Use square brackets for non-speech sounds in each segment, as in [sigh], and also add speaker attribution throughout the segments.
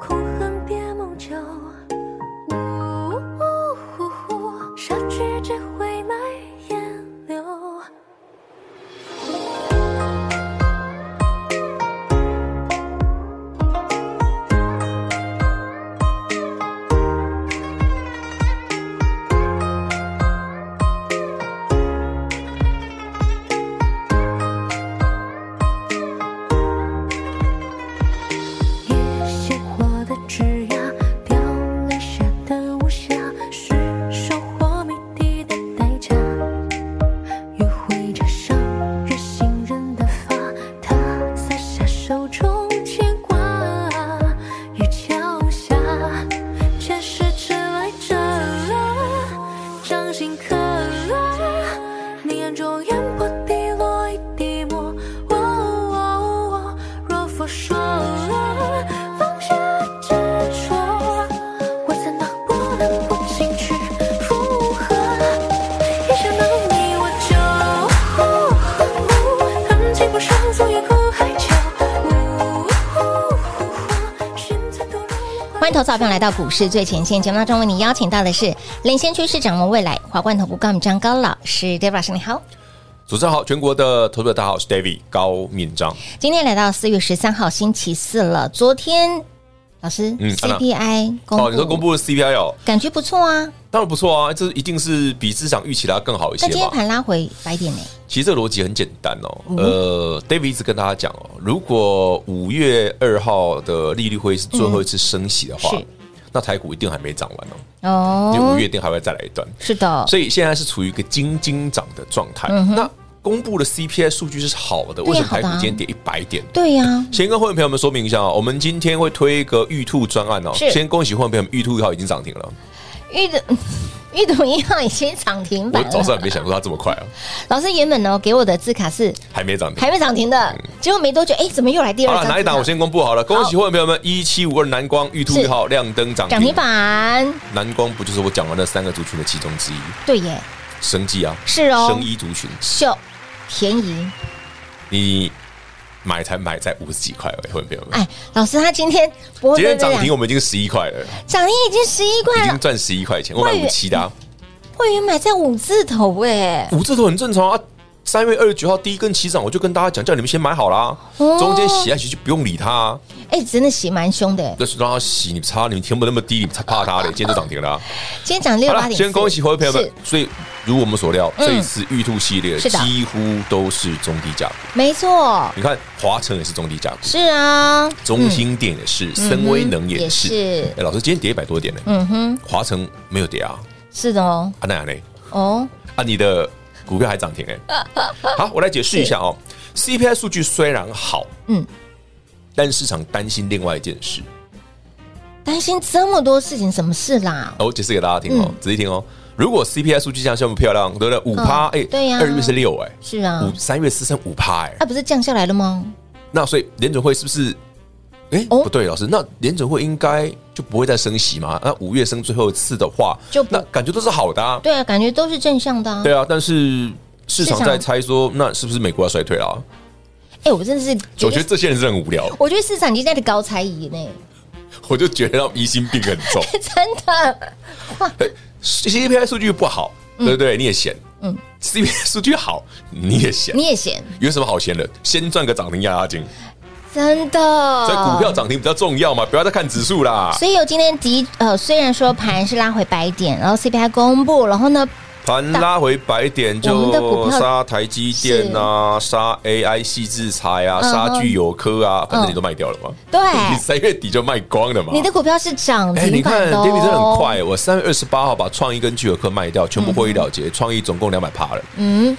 Speaker 1: 哭恨别梦久，呜呼呼，奢侈只会埋眼流。也许我的枝桠凋零下的无暇，是收获谜底的代价。约会加上越信任的发，他撒下手中牵挂与桥下，全是迟来者啊，掌心可啊，你眼中烟波滴落一滴墨。哦哦哦若佛说放下执着，我才能不能不进去附和？一想到你我就恨情不上，总有苦海角。
Speaker 2: 欢迎投资好朋友来到股市最前线节目当中，为你邀请到的是领先趋势、掌握未来华冠投顾高敏章高老师，David 老师你好。
Speaker 3: 主持人好，全国的投资者大家好，我是 David 高敏章。
Speaker 2: 今天来到四月十三号星期四了，昨天老师、
Speaker 3: 嗯安娜
Speaker 2: CPI 公布，
Speaker 3: 哦，你说公布的 CPI 哦，
Speaker 2: 感觉不错啊，
Speaker 3: 当然不错啊，这一定是比市场预期的要更好一些
Speaker 2: 但今天
Speaker 3: 嘛。
Speaker 2: 盘嗯拉回百点呢、
Speaker 3: 其实这个逻辑很简单哦，呃，David 一直跟大家讲哦，如果五月二号的利率会议是最后一次升息的话，
Speaker 2: 是
Speaker 3: 那台股一定还没涨完哦，因为五
Speaker 2: 哦
Speaker 3: 月，一定还会再来一段，
Speaker 2: 是的，
Speaker 3: 所以现在是处于一个金金涨的状态。那公布的 CPI 数据是好的，
Speaker 2: 嗯对
Speaker 3: 为什么
Speaker 2: 好的
Speaker 3: 台股
Speaker 2: 啊
Speaker 3: 今天跌一百点？
Speaker 2: 对呀、
Speaker 3: 先跟会员朋友们说明一下哦，我们今天会推一个玉兔专案哦。
Speaker 2: 是
Speaker 3: 先恭喜会员朋友们，玉兔一号已经涨停了。
Speaker 2: 玉 [laughs] 的玉董一号已经涨停
Speaker 3: 我
Speaker 2: 板
Speaker 3: 早上
Speaker 2: 了。
Speaker 3: 也没想过它这么快
Speaker 2: [laughs]
Speaker 3: 啊，
Speaker 2: 老师原本呢给我的字卡是
Speaker 3: 还没涨停。
Speaker 2: 还没涨停的，结果没多久，哎，怎么又来第
Speaker 3: 嗯好
Speaker 2: 二
Speaker 3: 了，
Speaker 2: 张？
Speaker 3: 哪一档我先公布好了。恭喜会员朋友们，一七五二南光玉兔一号亮灯涨
Speaker 2: 涨停
Speaker 3: 停。
Speaker 2: 板？
Speaker 3: 南光不就是我讲完的三个族群的其中之一，
Speaker 2: 对耶，
Speaker 3: 生技啊，
Speaker 2: 是哦
Speaker 3: 生医族群，
Speaker 2: 秀便宜。
Speaker 3: 你买才买在五十几块而已，会员朋友们。
Speaker 2: 哎，老师他今天博
Speaker 3: 今
Speaker 2: 的
Speaker 3: 天
Speaker 2: 这
Speaker 3: 涨
Speaker 2: 两
Speaker 3: 停，我们已经十一块了，
Speaker 2: 涨停已经十一
Speaker 3: 已
Speaker 2: 块
Speaker 3: 经
Speaker 2: 了，
Speaker 3: 赚十一块钱。我买
Speaker 2: 会员
Speaker 3: 五七的啊，
Speaker 2: 会员买在五字头哎，
Speaker 3: 五字头很正常啊。三月二十九号第一根起涨，我就跟大家讲，叫你们先买好啦。
Speaker 2: 哦
Speaker 3: 中间洗来洗去不用理它、啊，
Speaker 2: 哎，真的洗蛮凶的耶，
Speaker 3: 但是让它洗，你差你们填不那么低，你才怕它嘞。今天就涨停了啊、
Speaker 2: 今天涨六哎
Speaker 3: 好
Speaker 2: 八
Speaker 3: 了，
Speaker 2: 点。
Speaker 3: 先恭喜各位朋友们
Speaker 2: 是，。
Speaker 3: 所以如我们所料，
Speaker 2: 嗯
Speaker 3: 这一次玉兔系列
Speaker 2: 是的
Speaker 3: 几乎都是中低价股。
Speaker 2: 没错，
Speaker 3: 你看华晨也是中低价股，
Speaker 2: 是啊，
Speaker 3: 中心店也是，森威能也是。
Speaker 2: 嗯也是
Speaker 3: 哎，老师今天跌一百多点呢，
Speaker 2: 嗯哼，
Speaker 3: 华晨没有跌啊，
Speaker 2: 是的哦，
Speaker 3: 啊那样嘞，
Speaker 2: 哦，
Speaker 3: 啊你的股票还涨停
Speaker 2: [laughs]
Speaker 3: 哎。好，我来解释一下哦。CPI 数据虽然好，
Speaker 2: 嗯，
Speaker 3: 但市场担心另外一件事，
Speaker 2: 担心这么多事情，什么事啦？
Speaker 3: 哦我解释给大家
Speaker 2: 嗯
Speaker 3: 听哦，仔细听哦。如果 CPI 数据这样这么漂亮，对不对？五趴，哎，
Speaker 2: 对呀
Speaker 3: 二月是六，哎，
Speaker 2: 是啊，
Speaker 3: 五三月四剩五趴，哎
Speaker 2: 啊，，不是降下来了吗？
Speaker 3: 那所以联准会是不是？哎、
Speaker 2: 哦
Speaker 3: 不对，老师，那联准会应该就不会再升息嘛？那五月升最后一次的话，
Speaker 2: 就不
Speaker 3: 那感觉都是好的啊。
Speaker 2: 对啊，感觉都是正向的、啊。
Speaker 3: 对啊，但是市
Speaker 2: 市
Speaker 3: 场
Speaker 2: 场
Speaker 3: 在猜说，那是不是美国要衰退了、啊？
Speaker 2: 哎、我真的是觉
Speaker 3: 我觉得
Speaker 2: 得，
Speaker 3: 这些人是很无聊，
Speaker 2: 我觉得市场已经在搞猜疑呢， [laughs]
Speaker 3: 我就觉得他们疑心病很重。 [laughs]
Speaker 2: 真的。
Speaker 3: 对 CPI 数据不好，对不对？你也嫌， [laughs] 嗯，CPI 数据好，你也嫌，
Speaker 2: 你也嫌，
Speaker 3: 有什么好嫌的？先赚个涨停压压惊，
Speaker 2: 真的。
Speaker 3: 所以股票涨停比较重要嘛，不要再看指数啦。
Speaker 2: 所以有今天哦的呃，虽然说盘是拉回白点，然后 CPI 公布，然后呢，
Speaker 3: 盘拉回白点
Speaker 2: 我们的股
Speaker 3: 就
Speaker 2: 票
Speaker 3: 杀台积电啊，杀 AI 系制裁啊，
Speaker 2: 嗯
Speaker 3: 杀具有科啊，反
Speaker 2: 嗯
Speaker 3: 正你都卖掉了嘛，
Speaker 2: 对，
Speaker 3: 你三月底就卖光了嘛。
Speaker 2: 你的股票是涨
Speaker 3: 哎，你
Speaker 2: 停
Speaker 3: 看
Speaker 2: 板的、哦
Speaker 3: David 真的很快，我三月二十八号把创意跟聚有科卖掉，全部获利了结，创意总共两百趴了。
Speaker 2: 嗯，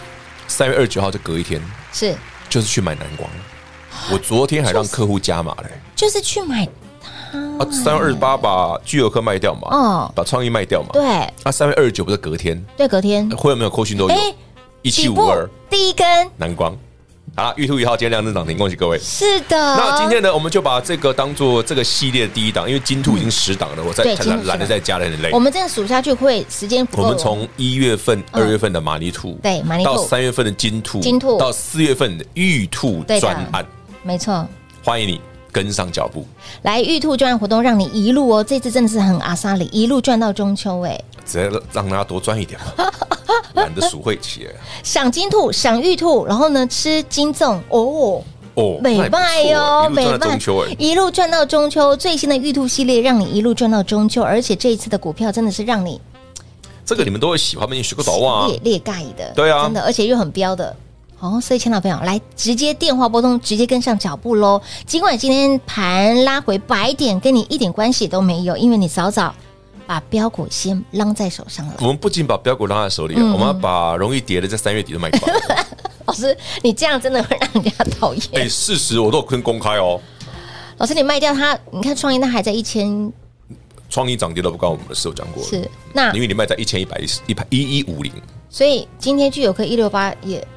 Speaker 3: 三月二十九号就隔一天，
Speaker 2: 是，
Speaker 3: 就是去买南光。我昨天还让客户加码嘞，
Speaker 2: 就是去买
Speaker 3: 啊，三月二十八把聚友科卖掉嘛，
Speaker 2: 嗯
Speaker 3: 把创意卖掉嘛，
Speaker 2: 对
Speaker 3: 啊，三月二十九不是隔天，
Speaker 2: 对，隔天
Speaker 3: 会有没有扣讯都有
Speaker 2: 哎，
Speaker 3: 一七
Speaker 2: 起
Speaker 3: 五
Speaker 2: 步
Speaker 3: 二
Speaker 2: 第一根
Speaker 3: 蓝光，好了，玉兔一号今天量增涨停，恭喜各位。
Speaker 2: 是的。
Speaker 3: 那今天呢，我们就把这个当做这个系列的第一档，因为金兔已经十档了，我再
Speaker 2: 对金兔
Speaker 3: 懒懒得
Speaker 2: 十档
Speaker 3: 再加了，很累
Speaker 2: 我。们这样数下去会时间不
Speaker 3: 我
Speaker 2: 够了。
Speaker 3: 们从一月份、
Speaker 2: 嗯
Speaker 3: 二月份的马尼兔，
Speaker 2: 对马尼兔
Speaker 3: 到三月份的金兔，
Speaker 2: 金兔
Speaker 3: 到四月份的玉兔
Speaker 2: 对的
Speaker 3: 专案，
Speaker 2: 没错，
Speaker 3: 欢迎你跟上脚步，
Speaker 2: 来玉兔专案活动让你一路哦，这次真的是很阿莎里，一路赚到中秋哎。
Speaker 3: 只要让大家多赚一点
Speaker 2: [laughs]
Speaker 3: 嘛，懒得数会起来
Speaker 2: 赏金兔，赏玉兔，然后呢吃金粽哦，
Speaker 3: 哦，那
Speaker 2: 美
Speaker 3: 也不错
Speaker 2: 拜哟，
Speaker 3: 一路
Speaker 2: 美
Speaker 3: 赚到中秋哎，
Speaker 2: 一路赚到中秋，最新的玉兔系列让你一路赚到中秋，而且这一次的股票真的是让你
Speaker 3: 这个你们都会喜欢吗？你学过早
Speaker 2: [laughs]
Speaker 3: 啊？
Speaker 2: 列列盖的，
Speaker 3: 对啊
Speaker 2: 真的，而且又很标的。哦，所以，亲老朋友，来直接电话拨通，直接跟上脚步喽。尽管今天盘拉回百点，跟你一点关系都没有，因为你早早把标股先浪在手上了。
Speaker 3: 我们不仅把标股拉在手里
Speaker 2: 嗯
Speaker 3: 啊，我们要把容易跌的在三月底都卖
Speaker 2: [laughs]
Speaker 3: 光。
Speaker 2: 老师，你这样真的会让人家讨厌。
Speaker 3: 哎，事实我都有跟公开哦，
Speaker 2: 老师，你卖掉它，你看创意那还在一千，
Speaker 3: 创意涨跌都不关我们的事，我讲过了。
Speaker 2: 是那
Speaker 3: 因为你卖在一千一百一十一百一一五零
Speaker 2: 所以今天具有科一六八也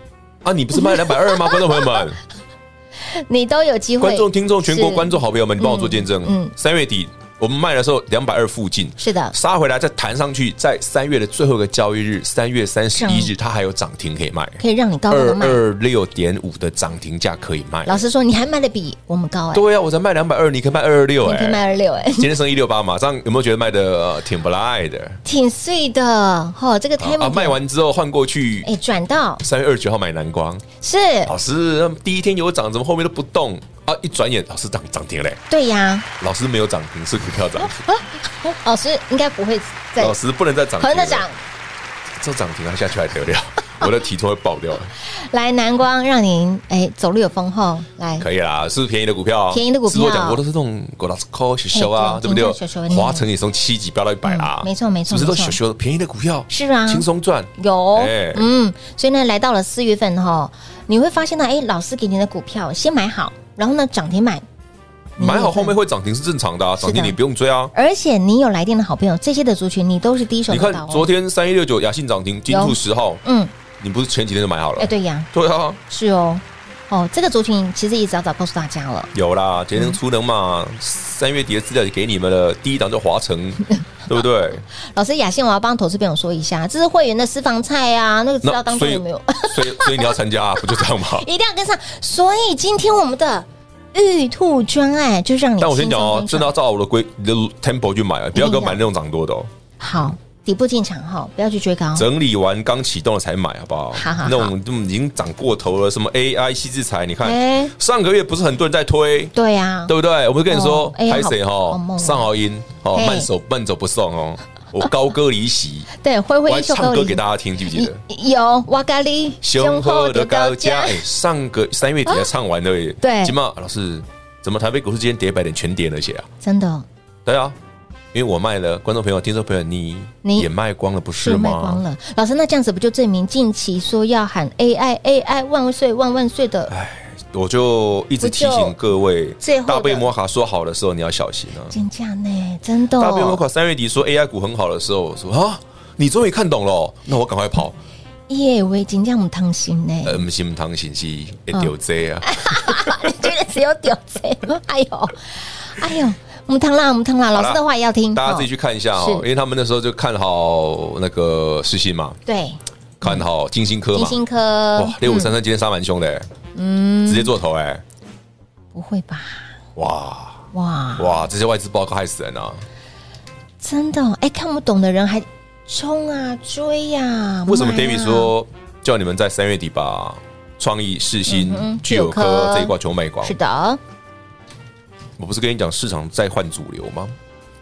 Speaker 3: 啊，你不是卖两百二吗？观众朋友们，
Speaker 2: 你都有机会，
Speaker 3: 观众、听众、全国
Speaker 2: 是
Speaker 3: 观众、好朋友们，你帮我做见证。
Speaker 2: 嗯嗯
Speaker 3: 三月底我们卖的时候两百二附近，
Speaker 2: 是的，
Speaker 3: 杀回来再弹上去，在三月的最后一个交易日，三月三十一日，它还有涨停可以卖，
Speaker 2: 嗯可以让你高高
Speaker 3: 二
Speaker 2: 的卖。
Speaker 3: 二六点五的涨停价可以卖。
Speaker 2: 老师说你还卖的比我们高哎、
Speaker 3: 对呀、啊我才卖两百二，你可以卖二二六，
Speaker 2: 你可以卖
Speaker 3: 哎，
Speaker 2: 二六哎，
Speaker 3: 今天升一六八，马上有没有觉得卖的挺不赖的？
Speaker 2: 挺碎的哦。这个 timing
Speaker 3: 啊，卖完之后换过去，
Speaker 2: 哎转到
Speaker 3: 三月二十九号买蓝光，
Speaker 2: 是
Speaker 3: 老师第一天有涨，怎么后面都不动啊？一转眼，老师涨涨停嘞，
Speaker 2: 对呀，嗯
Speaker 3: 老师没有涨停，是股票涨停，
Speaker 2: 老师应该不会再
Speaker 3: 老师不能再涨停
Speaker 2: 横
Speaker 3: 了，
Speaker 2: 着涨。
Speaker 3: 这涨停啊下去
Speaker 2: [laughs]
Speaker 3: 还得了？我的体重会爆掉，
Speaker 2: 来南光，让您哎走路有风后来。
Speaker 3: 可以啦，是不是便宜的股票啊？
Speaker 2: 便宜的股票
Speaker 3: 之前我讲过都是那种股老师抠小小啊，
Speaker 2: 哎对
Speaker 3: 对不
Speaker 2: 金价小小的
Speaker 3: 对？华晨也从七级飙到一百啦
Speaker 2: 嗯，没错没错
Speaker 3: 是不是都
Speaker 2: 没错
Speaker 3: 小小的便宜的股票？
Speaker 2: 是啊
Speaker 3: 轻松赚。
Speaker 2: 有，
Speaker 3: 哎
Speaker 2: 嗯，所以呢，来到了四月份哈，你会发现呢，哎，老师给你的股票先买好，然后呢，涨停买，
Speaker 3: 买好后面会涨停是正常的啊，
Speaker 2: 嗯是的
Speaker 3: 涨停你不用追啊。
Speaker 2: 而且你有来电的好朋友，这些的族群你都是第一手
Speaker 3: 你
Speaker 2: 得
Speaker 3: 看
Speaker 2: 到哦。
Speaker 3: 昨天三一六九雅信涨停，金
Speaker 2: 有
Speaker 3: 兔十号，
Speaker 2: 嗯，
Speaker 3: 你不是前几天就买好
Speaker 2: 哎、
Speaker 3: 了？
Speaker 2: 对呀，
Speaker 3: 对啊，
Speaker 2: 是哦，哦，这个族群其实也早早告诉大家了，
Speaker 3: 有啦，节能储能嘛，三月底的资料也给你们了，第一档就
Speaker 2: [laughs]
Speaker 3: 华城，对不对？
Speaker 2: 老师雅欣，我要帮投资朋友说一下，这是会员的私房菜啊，那个资料当中有没有？
Speaker 3: 所以所以你要参加啊，不就这样吗？
Speaker 2: [laughs] 一定要跟上。所以今天我们的玉兔专案就让你
Speaker 3: 但我先讲哦
Speaker 2: 轻，松跟上
Speaker 3: 真的要照我的规你的 tempo 去买啊，不要给我买那种涨多的哦。
Speaker 2: 好底部进场哈，不要去追高。
Speaker 3: 整理完刚启动了才买，好不好？
Speaker 2: 好好好
Speaker 3: 那种嗯已经涨过头了，什么 AI 西制裁，你看
Speaker 2: 哎、
Speaker 3: 上个月不是很多人在推，
Speaker 2: 对呀、啊，
Speaker 3: 对不对？我不是跟你说
Speaker 2: 哦，哎呀
Speaker 3: 拍谁
Speaker 2: 好
Speaker 3: 哈
Speaker 2: 好梦哦？
Speaker 3: 上好音哦
Speaker 2: 嘿，
Speaker 3: 慢走慢走不
Speaker 2: [laughs]
Speaker 3: 送哦，我高歌离席，
Speaker 2: 对，灰
Speaker 3: 我
Speaker 2: 灰
Speaker 3: 还
Speaker 2: 一首
Speaker 3: 唱歌
Speaker 2: 里
Speaker 3: 给大家听，记不记得？
Speaker 2: 你有瓦咖喱，
Speaker 3: 雄厚的高
Speaker 2: 价
Speaker 3: 架，哎，上个三月底才唱完的耶，
Speaker 2: 对
Speaker 3: 今嘛老师，怎么台北股市今天跌一百点全跌了一些啊？
Speaker 2: 真的哦
Speaker 3: 对啊，因为我卖了，观众朋友、听众朋友，你
Speaker 2: 你
Speaker 3: 也卖光了，不是
Speaker 2: 是卖光
Speaker 3: 吗？
Speaker 2: 了。老师，那这样子不就证明近期说要喊 AI AI 万岁万万岁的？
Speaker 3: 哎我就一直提醒各位
Speaker 2: 最后，的
Speaker 3: 大贝摩卡说好的时候，你要小心啊。
Speaker 2: 真假呢？真的、
Speaker 3: 大贝摩
Speaker 2: 哦，
Speaker 3: 卡三月底说 AI 股很好的时候，我说啊，你终于看懂了哦，那我赶快跑。
Speaker 2: 耶，我已经让我们烫心呢。
Speaker 3: 呃，心疼信息会丢这啊，
Speaker 2: 嗯 [laughs] 你觉得只有屌贼吗？哎呦，哎呦，我们烫啦，我们烫啦。老师的话也要听，
Speaker 3: 大家自
Speaker 2: 哦
Speaker 3: 己去看一下
Speaker 2: 是
Speaker 3: 哦，因为他们那时候就看好那个世新嘛，
Speaker 2: 对，
Speaker 3: 看好金星科
Speaker 2: 嗯金
Speaker 3: 嘛，
Speaker 2: 星科
Speaker 3: 哇，六五三三今天杀蛮凶的，嗯，直接做头哎，
Speaker 2: 嗯不会吧？
Speaker 3: 哇
Speaker 2: 哇，
Speaker 3: 哇，这些外资报告害死人啊！
Speaker 2: 真的哦哎，看不懂的人还冲啊追呀、
Speaker 3: 为什么
Speaker 2: 买啊
Speaker 3: David 说叫你们在三月底把创意、世新
Speaker 2: 嗯哼、
Speaker 3: 具有
Speaker 2: 具有
Speaker 3: 科
Speaker 2: 科
Speaker 3: 这一挂全部卖光
Speaker 2: 是？的？哦
Speaker 3: 我不是跟你讲市场在换主流吗？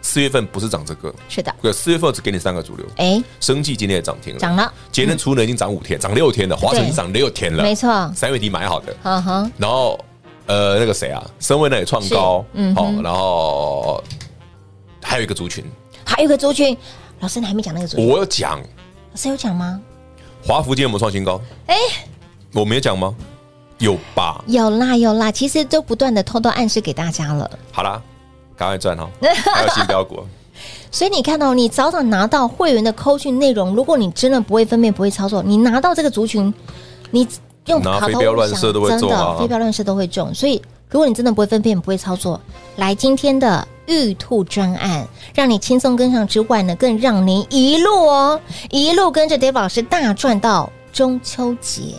Speaker 3: 四月份不是涨这个，
Speaker 2: 是的，
Speaker 3: 对，四月份只给你三个主流，
Speaker 2: 哎，
Speaker 3: 生技今天也涨停了，
Speaker 2: 涨了，
Speaker 3: 节能储能已经涨五天，涨六天了，华晨已经涨六天了，
Speaker 2: 没错，
Speaker 3: 三月底买好的，
Speaker 2: 嗯哼，
Speaker 3: 然后呃那个谁啊，深威呢也创高
Speaker 2: 是，嗯
Speaker 3: 好
Speaker 2: 哼，
Speaker 3: 然后还有一个族群，
Speaker 2: 还有一个族群，老师你还没讲那个族群，
Speaker 3: 我有讲
Speaker 2: 老师有讲吗？
Speaker 3: 华福今天有没有创新高？
Speaker 2: 哎
Speaker 3: 我没有讲吗？有吧？
Speaker 2: 有啦有啦，其实都不断的偷偷暗示给大家了，
Speaker 3: 好啦，赶快赚哦， [laughs] 还有新标股，
Speaker 2: 所以你看到、你早早拿到会员的扣讯内容，如果你真的不会分辨、不会操作，你拿到这个族群，你用
Speaker 3: 拿
Speaker 2: 跑
Speaker 3: 飞
Speaker 2: 头
Speaker 3: 镖
Speaker 2: 路
Speaker 3: 乱
Speaker 2: 想
Speaker 3: 射都会
Speaker 2: 真
Speaker 3: 中
Speaker 2: 的
Speaker 3: 啊
Speaker 2: 飞镖乱射都会中。所以，如果你真的不会分辨、不会操作，来今天的玉兔专案，让你轻松跟上之外呢，更让您一路哦，一路跟着 Dave 老师大赚到中秋节。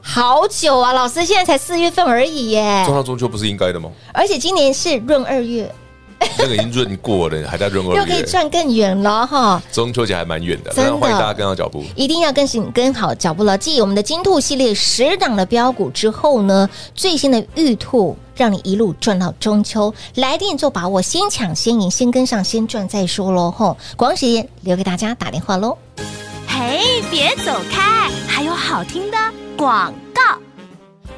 Speaker 2: 好久啊，老师，现在才四月份而已耶，
Speaker 3: 中到中秋不是应该的吗？
Speaker 2: 而且今年是闰二月，
Speaker 3: 那个已经润过了，还在润
Speaker 2: 又
Speaker 3: 二
Speaker 2: 可以
Speaker 3: 月，
Speaker 2: 赚更远了哈。
Speaker 3: 中秋节还蛮远的，
Speaker 2: 真的
Speaker 3: 那欢迎大家跟上脚步。
Speaker 2: 一定要跟紧跟好脚步了。继我们的金兔系列十档的标股之后呢，最新的玉兔让你一路赚到中秋，来电做把握，先抢先赢，先跟上先赚再说喽。吼，广告时间留给大家打电话喽。
Speaker 4: 嘿，别走开，还有好听的广告。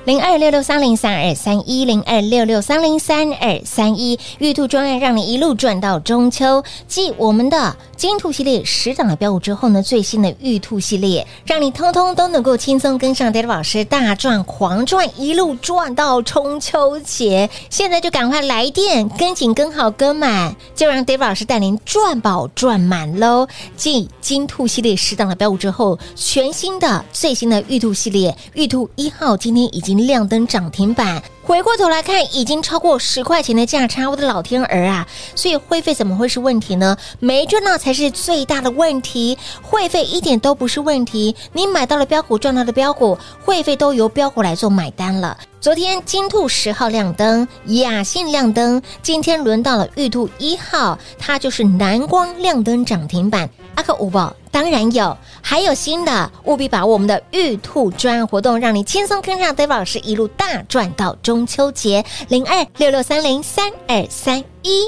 Speaker 2: 零二六六三零三二三一零二六六三零三二三一，玉兔专案让你一路赚到中秋。继我们的金兔系列十档的标股之后呢，最新的玉兔系列，让你通通都能够轻松跟上 David 老师大赚狂赚，一路赚到中秋节。现在就赶快来电，跟紧跟好跟满，就让 David 老师带您赚饱赚满喽。继金兔系列十档的标股之后，全新的最新的玉兔系列，玉兔一号今天已经亮灯涨停板。回过头来看，已经超过十块钱的价差，我的老天儿啊！所以会费怎么会是问题呢？没赚到才是最大的问题，会费一点都不是问题。你买到了标股，赚到了标股，会费都由标股来做买单了。昨天金兔十号亮灯，雅信亮灯，今天轮到了玉兔一号，它就是蓝光亮灯涨停板。阿克五宝当然有，还有新的，务必把握我们的玉兔专案活动，让你轻松跟上 David 老师一路大赚到中秋节。零二六六三零三二三一。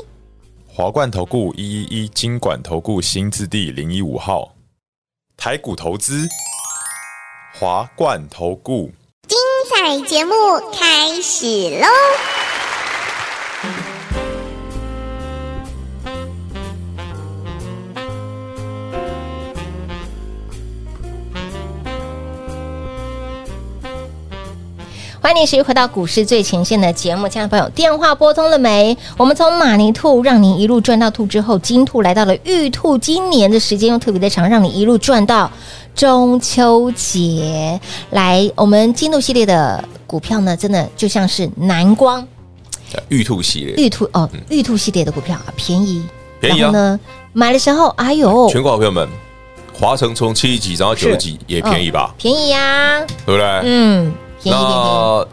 Speaker 5: 华冠投顾一一一金管投顾新字第零一五号，台股投资，华冠投顾。
Speaker 6: 彩节目开始喽！
Speaker 2: 欢迎你持续回到股市最前线的节目，亲爱的朋友，电话拨通了没？我们从马尼兔让你一路赚到兔之后，金兔来到了玉兔，今年的时间又特别的长，让你一路赚到中秋节。来，我们金兔系列的股票呢，真的就像是蓝光
Speaker 3: 玉兔系列，
Speaker 2: 玉兔哦，玉兔系列的股票啊，便宜，
Speaker 3: 嗯便宜啊
Speaker 2: 然后呢，买的时候，哎呦，
Speaker 3: 全国好朋友们，华城从七十几涨到九十几也便宜吧，
Speaker 2: 便宜呀、
Speaker 3: 对不对？
Speaker 2: 嗯，便宜便宜
Speaker 3: 那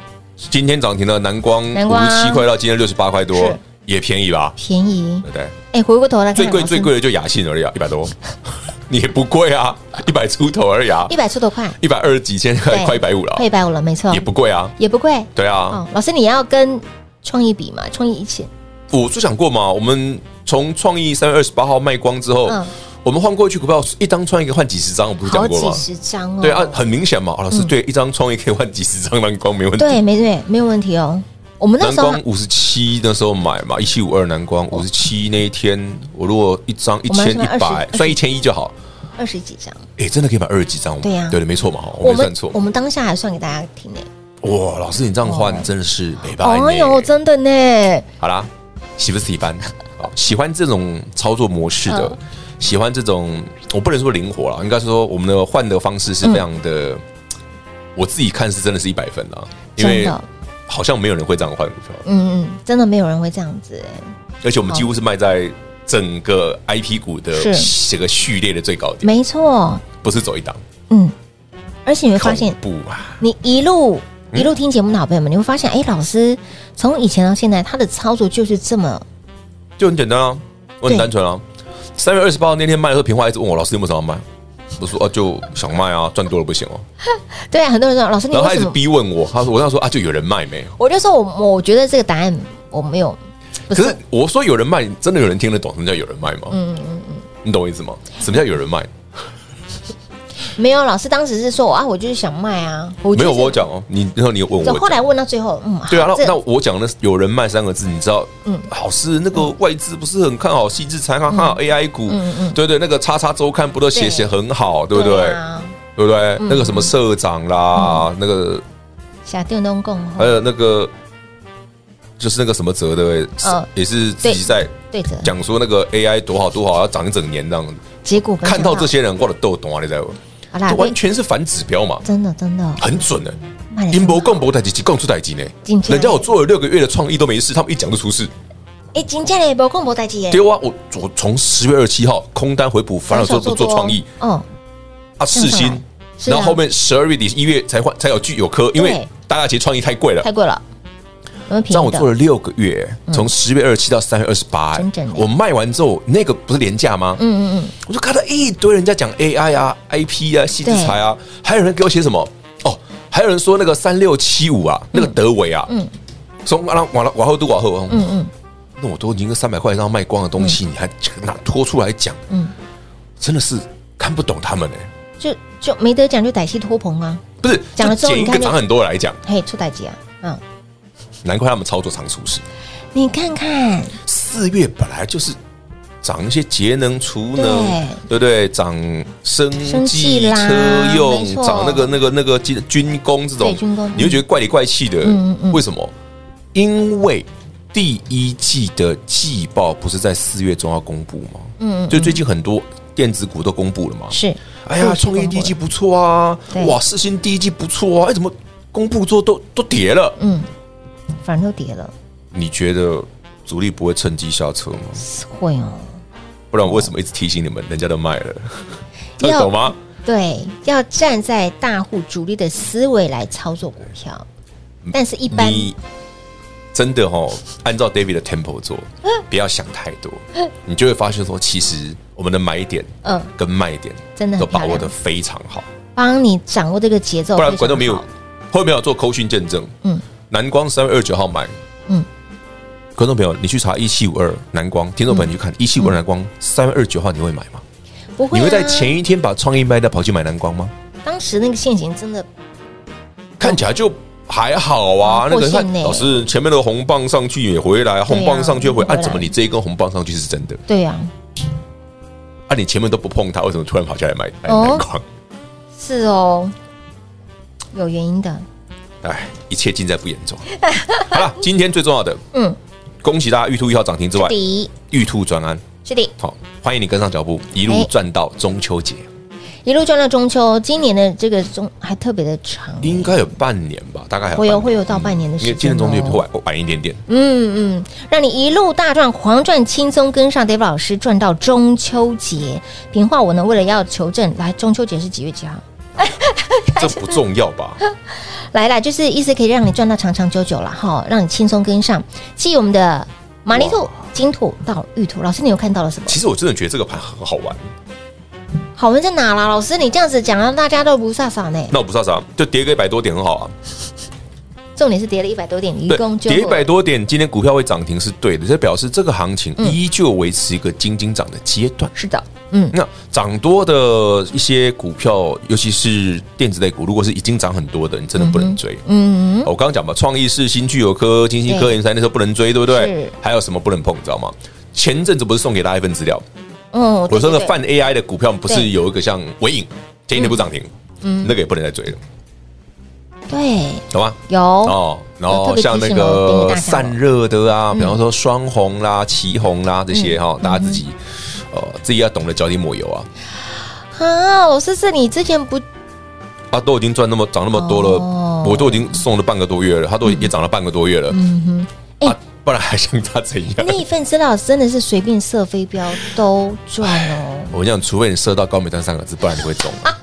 Speaker 3: 今天涨停的南光
Speaker 2: 南
Speaker 3: 五
Speaker 2: 光
Speaker 3: 十七块到今天六十八块多
Speaker 2: 是，
Speaker 3: 也便宜吧，
Speaker 2: 便宜
Speaker 3: 对。不对？
Speaker 2: 哎，回过头来看，
Speaker 3: 最
Speaker 2: [laughs]
Speaker 3: 贵
Speaker 2: 老师
Speaker 3: 最贵的就雅信而已啊，一百多， [laughs] 你也不贵啊，一百出头而已啊
Speaker 2: 一，百出头块，
Speaker 3: 一百二十几千
Speaker 2: 对
Speaker 3: [laughs] 快快一百五了啊
Speaker 2: 快，一百五了，没错，
Speaker 3: 也不贵啊，
Speaker 2: 也不贵。
Speaker 3: 对啊
Speaker 2: 哦，，老师，你要跟创意比嘛？创意一起，
Speaker 3: 我就讲过嘛，我们从创意三月二十八号卖光之后
Speaker 2: 嗯，
Speaker 3: 我们换过去股票一张创意可以换几十张，我不是
Speaker 2: 好
Speaker 3: 讲过
Speaker 2: 几
Speaker 3: 吗？
Speaker 2: 十张哦。
Speaker 3: 对啊，很明显嘛，啊老师对，一张创意可以换几十张蓝光，没问题。
Speaker 2: 对，没对，没有问题哦。我们那
Speaker 3: 蓝
Speaker 2: 时候嗯
Speaker 3: 光五十七那时候买嘛，一七五二蓝光五十七那一天，我如果一张一
Speaker 2: 我们
Speaker 3: 千
Speaker 2: 是不
Speaker 3: 一
Speaker 2: 是
Speaker 3: 百，
Speaker 2: 20
Speaker 3: 算一千一就好。
Speaker 2: 二十几张，
Speaker 3: 哎，真的可以买二十几张，
Speaker 2: 对啊
Speaker 3: 对的，没错嘛，哦我没算错
Speaker 2: 我。们当下还算给大家听呢。
Speaker 3: 哇，老师你这样
Speaker 2: 哦
Speaker 3: 换真的是没办法。
Speaker 2: 哎呦，真的呢，
Speaker 3: 好啦，喜不
Speaker 2: [laughs]
Speaker 3: 喜欢？好哦喜欢这种操作模式
Speaker 2: 嗯
Speaker 3: 的，喜欢这种我不能说灵活了，应该说我们的换的方式是非常的，
Speaker 2: 嗯
Speaker 3: 我自己看是真的是一百分啦，因
Speaker 2: 真
Speaker 3: 为
Speaker 2: 的，
Speaker 3: 好像没有人会这样换股票。
Speaker 2: 嗯嗯，真的没有人会这样子哎，
Speaker 3: 而且我们几乎是卖在整个 IP 股的
Speaker 2: 是嗯
Speaker 3: 这个序列的最高点，
Speaker 2: 没错，
Speaker 3: 不是走一档，
Speaker 2: 嗯。而且你会发
Speaker 3: 恐
Speaker 2: 现，
Speaker 3: 怖啊！
Speaker 2: 你一路
Speaker 3: 嗯
Speaker 2: 一路听节目的好朋友们，你会发现，哎，老师从以前到现在，他的操作就是这么
Speaker 3: 就很简单啊，我很单纯啊。三月二十八号那天卖的时候，平花一直问我老师有没有想要卖，我说啊就想卖啊，赚多了不行哦。
Speaker 2: 对啊。很多人说，老师你
Speaker 3: 然后他
Speaker 2: 为
Speaker 3: 一
Speaker 2: 什
Speaker 3: 直
Speaker 2: 么？
Speaker 3: 逼问我，他说我跟他说啊就有人卖没有？
Speaker 2: 我就说我我觉得这个答案我没有，不
Speaker 3: 可是我说有人卖，真的有人听得懂什么叫有人卖吗？嗯嗯嗯，你懂我意思吗？什么叫有人卖？
Speaker 2: 没有，老师当时是说啊，我就是想卖啊，我
Speaker 3: 没
Speaker 2: 就是
Speaker 3: 有我讲哦，你然后你有问
Speaker 2: 就
Speaker 3: 我
Speaker 2: 后
Speaker 3: 讲，
Speaker 2: 来问到最后，嗯，
Speaker 3: 对啊，
Speaker 2: 好这
Speaker 3: 那那我讲的是有人卖三个字，你知道，
Speaker 2: 嗯
Speaker 3: 嗯，老师那个外资不是很看好细致财，看好 AI 股，
Speaker 2: 嗯嗯
Speaker 3: 对对，那个叉叉周刊不都写
Speaker 2: 对
Speaker 3: 写很好，对不对？
Speaker 2: 啊嗯
Speaker 3: 对不对？那个什么社长啦，那个呃
Speaker 2: 小电动共
Speaker 3: 还有那个就是那个什么哲的，
Speaker 2: 嗯
Speaker 3: 也是自己在
Speaker 2: 对的，
Speaker 3: 讲说那个 AI 多好多好，要涨一整年这样子。
Speaker 2: 结果没想
Speaker 3: 看到这，些人挂的豆懂啊，你在问，
Speaker 2: 好啦
Speaker 3: 这，完
Speaker 2: 别
Speaker 3: 全是反指标嘛，
Speaker 2: 真的真的，
Speaker 3: 很准的。
Speaker 2: 卖得
Speaker 3: 英博
Speaker 2: 很好
Speaker 3: 共博代机，共出代机呢
Speaker 2: 真？的
Speaker 3: 人家我做了六个月的创意都没事，他们一讲就出事。
Speaker 2: 哎，金价嘞，不空不带机耶，
Speaker 3: 丢啊！我我从十月二十七号空单回补，反而说不做创意
Speaker 2: 嗯，
Speaker 3: 啊，
Speaker 2: 上
Speaker 3: 试
Speaker 2: 来
Speaker 3: 新，
Speaker 2: 是啊
Speaker 3: 然后后面十二月底一月才换才有具有科，因为
Speaker 2: 对
Speaker 3: 大家其实创意太贵了
Speaker 2: 太。贵了，我们
Speaker 3: 这
Speaker 2: 便
Speaker 3: 样
Speaker 2: 宜
Speaker 3: 我
Speaker 2: 的嗯
Speaker 3: 做了六个月，从十月二十七到三月二十八
Speaker 2: 整整的，
Speaker 3: 我卖完之后，那个不是廉价吗？
Speaker 2: 嗯嗯嗯，
Speaker 3: 我就看到一堆人在讲 AI 啊、IP 啊、细制裁啊，还有人给我写什么哦，还有人说那个三六七五啊，那个德维啊，
Speaker 2: 嗯
Speaker 3: 嗯，从往往往后都往后，
Speaker 2: 嗯嗯，
Speaker 3: 那我都已经跟三百块以上卖光的东西，你还拿拖出来讲，
Speaker 2: 嗯
Speaker 3: 嗯，真的是看不懂他们哎、
Speaker 2: 就就没得讲，就歹戏拖棚啊，
Speaker 3: 不是
Speaker 2: 讲了之后
Speaker 3: 就捡
Speaker 2: 你
Speaker 3: 一
Speaker 2: 看就
Speaker 3: 个涨很多来讲，
Speaker 2: 嘿，出歹机啊，嗯，
Speaker 3: 难怪他们操作常出事。
Speaker 2: 你看看，
Speaker 3: 四月本来就是涨一些节能储能，对不对？涨生
Speaker 2: 生技
Speaker 3: 技
Speaker 2: 啦
Speaker 3: 车用
Speaker 2: 没错，
Speaker 3: 涨那个那个那个军军工这
Speaker 2: 对
Speaker 3: 种，
Speaker 2: 军工
Speaker 3: 你会觉得怪里怪气的。
Speaker 2: 嗯嗯嗯
Speaker 3: 为什么？因为第一季的季报不是在四月中要公布吗？
Speaker 2: 嗯嗯
Speaker 3: 就最近很多电子股都公布了嘛。
Speaker 2: 是，
Speaker 3: 哎呀，
Speaker 2: 陆续
Speaker 3: 创业
Speaker 2: 公布
Speaker 3: 第一季
Speaker 2: 了，
Speaker 3: 不错啊
Speaker 2: 对，
Speaker 3: 哇，世新第一季不错啊，哎，怎么公布之后都都跌了？
Speaker 2: 嗯，反正都跌了，
Speaker 3: 你觉得主力不会趁机下车吗？
Speaker 2: 会哦，
Speaker 3: 不然我为什么一直提醒你们，人家都卖了，你
Speaker 2: 要
Speaker 3: [laughs] 懂吗？
Speaker 2: 对，要站在大户主力的思维来操作股票，但是一般
Speaker 3: 嗯你真的哦，按照 David 的
Speaker 2: [laughs]
Speaker 3: tempo 做，不要想太多，你就会发现说，其实我们的买点
Speaker 2: 嗯
Speaker 3: 跟卖点
Speaker 2: 真的很
Speaker 3: 都
Speaker 2: 漂
Speaker 3: 把
Speaker 2: 亮
Speaker 3: 握的非常好，
Speaker 2: 帮你掌握这个节奏，
Speaker 3: 不然
Speaker 2: 非常
Speaker 3: 观众朋友
Speaker 2: 好
Speaker 3: 后面有做扣讯见证，
Speaker 2: 嗯
Speaker 3: 嗯，南光三月二十九号买，
Speaker 2: 嗯
Speaker 3: 嗯。观众朋友，你去查一七五二南光，听众
Speaker 2: 嗯
Speaker 3: 朋友你去看一七五二南光，三月二十九号你会买吗？
Speaker 2: 不会、啊，
Speaker 3: 你会在前一天把创意卖掉跑去买南光吗？
Speaker 2: 当时那个陷阱真的
Speaker 3: 看起来就还好啊。
Speaker 2: 嗯
Speaker 3: 那
Speaker 2: 破
Speaker 3: 个
Speaker 2: 线
Speaker 3: 看
Speaker 2: 呢
Speaker 3: 老师前面的红棒上去也回来，红棒上去也回
Speaker 2: 回
Speaker 3: 来，
Speaker 2: 来
Speaker 3: 啊，怎么你这一根红棒上去是真的？
Speaker 2: 对啊，
Speaker 3: 啊，你前面都不碰它，为什么突然跑哎下来买买
Speaker 2: 哦
Speaker 3: 南矿？
Speaker 2: 是哦，有原因的，
Speaker 3: 哎，一切尽在不言中。
Speaker 2: [laughs]
Speaker 3: 好了，今天最重要的，
Speaker 2: 嗯，
Speaker 3: 恭喜大家玉兔一号涨停之外，
Speaker 2: 第一
Speaker 3: 玉兔专安，
Speaker 2: 是的，
Speaker 3: 好，欢迎你跟上脚步，一路
Speaker 2: 哎
Speaker 3: 赚到中秋节，
Speaker 2: 一路赚到中秋，今年的这个中还特别的长，
Speaker 3: 应该有半年吧，大概还
Speaker 2: 会有
Speaker 3: 半年嗯
Speaker 2: 会有到半年的时间
Speaker 3: 因为今年中秋节
Speaker 2: 哦
Speaker 3: 会晚晚一点点。
Speaker 2: 嗯嗯，让你一路大赚、狂赚、轻松跟上 David 老师，赚到中秋节。平话我呢，为了要求证，来中秋节是几月几号？
Speaker 3: 这不重要
Speaker 2: [laughs]
Speaker 3: 吧？
Speaker 2: 来啦，就是意思可以让你赚到长长久久了哈，让你轻松跟上。继我们的马尼兔
Speaker 3: 哇、
Speaker 2: 金兔到玉兔，老师你有看到了什么？
Speaker 3: 其实我真的觉得这个盘很好玩。
Speaker 2: 好文在哪啦？老师你这样子讲，让啊大家都不飒飒呢。
Speaker 3: 那我不知道啥，就跌个一百多点很好啊。
Speaker 2: 重点是跌了一百多点，一共就
Speaker 3: 跌一百多点，今天股票会涨停是对的，这表示这个行情
Speaker 2: 嗯
Speaker 3: 依旧维持一个金金涨的阶段。
Speaker 2: 是的，嗯，
Speaker 3: 那涨多的一些股票，尤其是电子类股，如果是已经涨很多的，你真的不能追。哦
Speaker 2: 嗯，
Speaker 3: 我刚刚讲嘛，创意是新具有科、金星科、
Speaker 2: 对
Speaker 3: 研三那时候不能追，对不
Speaker 2: 是
Speaker 3: 对？还有什么不能碰，你知道吗？前阵子不是送给大家一份资料，
Speaker 2: 嗯，
Speaker 3: 我说那
Speaker 2: 对对对
Speaker 3: 泛 AI 的股票不
Speaker 2: 对嗯
Speaker 3: 是有一个像微影，前一天不涨停，那个也不能再追了，
Speaker 2: 对
Speaker 3: 懂吗？
Speaker 2: 有
Speaker 3: 哦，然
Speaker 2: 特
Speaker 3: 后
Speaker 2: 别
Speaker 3: 像
Speaker 2: 提
Speaker 3: 那
Speaker 2: 醒哦给你大嗯
Speaker 3: 个
Speaker 2: 家
Speaker 3: 散热的啊，比方说双红啦、旗红啦这
Speaker 2: 嗯
Speaker 3: 些哈，大家自己呃自己要懂得脚底抹油啊
Speaker 2: 啊，老师是你之前不
Speaker 3: 啊，都已经赚那么涨那么多
Speaker 2: 哦嗯
Speaker 3: 了，我都已经送了半个多月了，他都也涨了半个多月了，啊，不然还想他怎样？
Speaker 2: 那一份资料真的是随便射飞镖都赚
Speaker 3: [laughs]
Speaker 2: 哦，
Speaker 3: [laughs]
Speaker 2: [laughs]
Speaker 3: 我讲，除非你射到高美端三个字，不然你会中。啊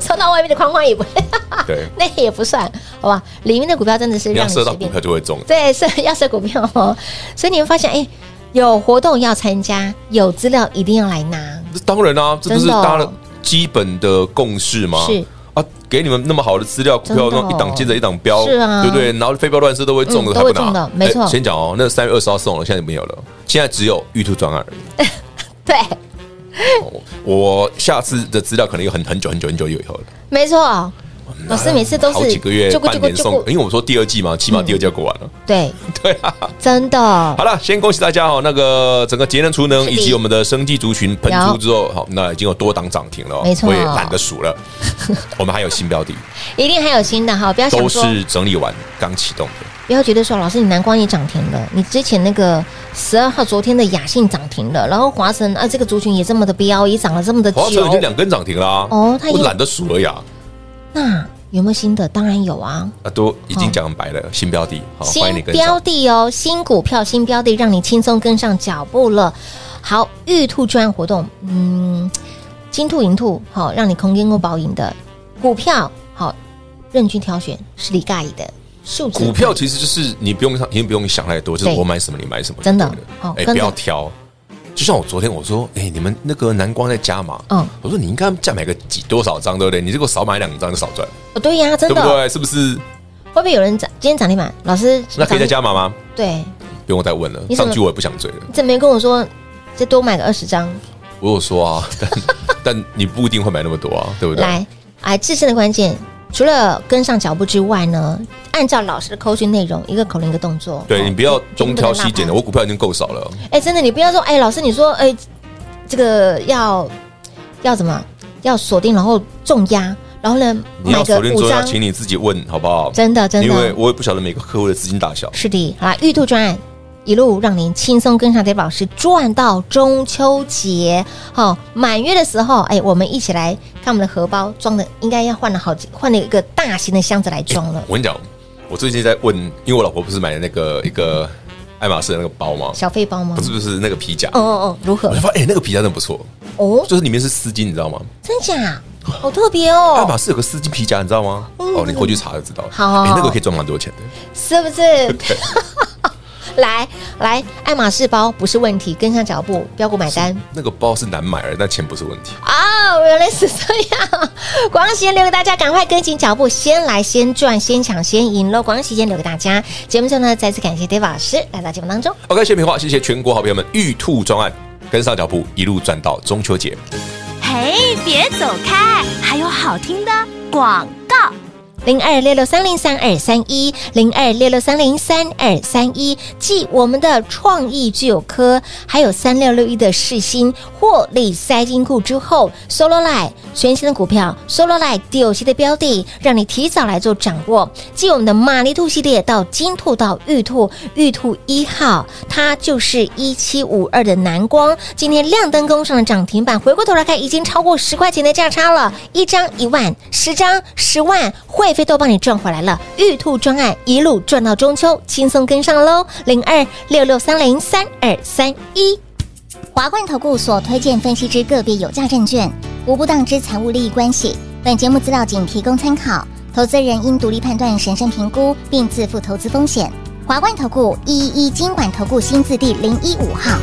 Speaker 2: 射到外面的框框也不， [laughs]
Speaker 3: 对，
Speaker 2: 那也不算，好吧？里面的股票真的是
Speaker 3: 你
Speaker 2: 让
Speaker 3: 要
Speaker 2: 你
Speaker 3: 射
Speaker 2: 随
Speaker 3: 到股
Speaker 2: 便
Speaker 3: 票，就会中。
Speaker 2: 对，射 [laughs] 要射股票哦，所以你会发现，哎，有活动要参加，有资料一定要来拿，
Speaker 3: 这当然啦、这不是
Speaker 2: 真的哦
Speaker 3: 大家基本的共识吗？
Speaker 2: 是
Speaker 3: 啊，给你们那么好的资料，股
Speaker 2: 真
Speaker 3: 票
Speaker 2: 的哦
Speaker 3: 那种一档接着一档标，
Speaker 2: 是啊
Speaker 3: 对不对？然后非标乱射都会中
Speaker 2: 嗯
Speaker 3: 的，
Speaker 2: 都
Speaker 3: 还不
Speaker 2: 会
Speaker 3: 拿
Speaker 2: 中的没错
Speaker 3: 哎先讲哦，那三月二十号送了，现在没有了，现在只有玉兔专案而已。
Speaker 2: 对，
Speaker 3: 哦我下次的资料可能有很很久很久很久以后了。啊
Speaker 2: 没错。老师每次都是
Speaker 3: 好几个月、
Speaker 2: 就咕
Speaker 3: 半年
Speaker 2: 就咕
Speaker 3: 送
Speaker 2: 就，嗯咕
Speaker 3: 因为我说第二季嘛，起码第二季要过完了。
Speaker 2: 对，
Speaker 3: 对啊，
Speaker 2: 真的
Speaker 3: 好了，先恭喜大家哦！那个整个节能储能
Speaker 2: 是的
Speaker 3: 以及我们的生技族群喷出之后，好，那已经有多档涨停了哦，
Speaker 2: 没错
Speaker 3: 我也懒得数
Speaker 2: [laughs]
Speaker 3: 了。我们还有新标的，
Speaker 2: 一定还有新的哈，不要想
Speaker 3: 都
Speaker 2: 说
Speaker 3: 是整理完刚启动的，
Speaker 2: 不要觉得说老师你南光也涨停了，你之前那个十二号昨天的雅信涨停了，然后华晨啊这个族群也这么的标，也涨了这么的久
Speaker 3: 华，晨已经两根涨停啦。
Speaker 2: 哦它也
Speaker 3: 我懒得数啊了呀。
Speaker 2: 那有没有新的？当然有啊，
Speaker 3: 啊，都已经讲很白了，新标的，好，欢迎
Speaker 2: 新
Speaker 3: 你跟上
Speaker 2: 标。的哦，新股票、新标的，让你轻松跟上脚步了。好，玉兔专案活动，嗯，金兔、银兔，好、让你空间够保赢的股票，好、任君挑选，是你盖的数值
Speaker 3: 股票其实就是你不用，你也不用想太多，就是
Speaker 2: 对
Speaker 3: 我买什么你买什么就
Speaker 2: 真
Speaker 3: 对
Speaker 2: 的
Speaker 3: 了，
Speaker 2: 好
Speaker 3: 哎，
Speaker 2: 跟着
Speaker 3: 不要挑。就像我昨天我说，哎，你们那个南光在加码，
Speaker 2: 嗯
Speaker 3: 我说你应该再买个几多少张，对不对？你如果少买两张就少赚，
Speaker 2: 哦，对呀、真
Speaker 3: 对
Speaker 2: 的
Speaker 3: 不对？是不是？
Speaker 2: 会不会有人涨？今天涨停板，老师
Speaker 3: 那可以再
Speaker 2: 涨
Speaker 3: 加码吗？
Speaker 2: 停对，
Speaker 3: 不用再问了，
Speaker 2: 你怎么
Speaker 3: 上去我也不想追了。
Speaker 2: 你怎么没跟我说再多买个二十张？
Speaker 3: 我有说啊，但 [laughs] 但你不一定会买那么多啊，对不对？
Speaker 2: 来，哎，自身的关键。除了跟上脚步之外呢，按照老师的扣讯内容，一个口令一个动作。
Speaker 3: 对
Speaker 2: 哦
Speaker 3: 你不要东挑西
Speaker 2: 全部都
Speaker 3: 拣
Speaker 2: 拉
Speaker 3: 的，
Speaker 2: 开
Speaker 3: 我股票已经够少了。
Speaker 2: 哎、真的，你不要说，哎、老师，你说，哎、这个要要怎么？要锁定，然后重压，然后呢，
Speaker 3: 你要
Speaker 2: 买个
Speaker 3: 锁定
Speaker 2: 五
Speaker 3: 做要
Speaker 2: 张，
Speaker 3: 请你自己问好不好？
Speaker 2: 真的真
Speaker 3: 因为
Speaker 2: 的，
Speaker 3: 我也不晓得每个客户的资金大小。
Speaker 2: 是的，好啦，玉兔专案一路让您轻松跟上 d a 老师，赚到中秋节，好、满月的时候，哎、我们一起来看我们的荷包装的，应该要换了好几，换了一个大型的箱子来装了，
Speaker 3: 我跟你讲，我最近在问，因为我老婆不是买了那个一个爱马仕的那个包吗？
Speaker 2: 小费包吗
Speaker 3: 不？是不是那个皮夹，
Speaker 2: 哦哦哦，如何
Speaker 3: 我就？发现哎、那个皮夹真的不错，
Speaker 2: 哦，
Speaker 3: 就是里面是丝巾，你知道吗？
Speaker 2: 真假？好特别
Speaker 3: 爱
Speaker 2: 哦嗯
Speaker 3: 马，仕有个丝巾皮夹，你知道吗？哦，你回去查就知道了。
Speaker 2: 好好
Speaker 3: 哎
Speaker 2: 好
Speaker 3: 那个可以赚蛮多钱的。
Speaker 2: 是不是？ [laughs] 来来，爱马仕包不是问题，跟上脚步，标股买单。
Speaker 3: 那个包是难买的，但钱不是问题。
Speaker 2: 哦，原来是这样！广告时间留给大家，赶快跟紧脚步，先来先赚，先抢先赢喽！广告时间留给大家。节目最后呢，再次感谢 David 老师来到节目当中。
Speaker 3: OK，谢谢平话，谢谢全国好朋友们，玉兔专案跟上脚步，一路赚到中秋节。
Speaker 4: 嘿，别走开，还有好听的广告。
Speaker 2: 零二六六三零三二三一，零二六六三零三二三一，继我们的创意具有科，还有三六六一的世新获利塞金库之后，Solo Line 全新的股票，Solo Line 第有期的标的，让你提早来做掌握。继我们的马力兔系列到金兔到玉兔，玉兔一号它就是一七五二的蓝光，今天亮灯攻上了涨停板，回过头来看已经超过十块钱的价差了，一张一万，十张十万，会费都帮你赚回来了。玉兔专案一路赚到中秋，轻松跟上喽，零二六六三零三二三一。
Speaker 6: 华冠投顾所推荐分析之个别有价证券，无不当之财务利益关系。本节目资料仅提供参考，投资人应独立判断、审慎评估，并自负投资风险。华冠投顾一一一金管投顾新字第零一五号。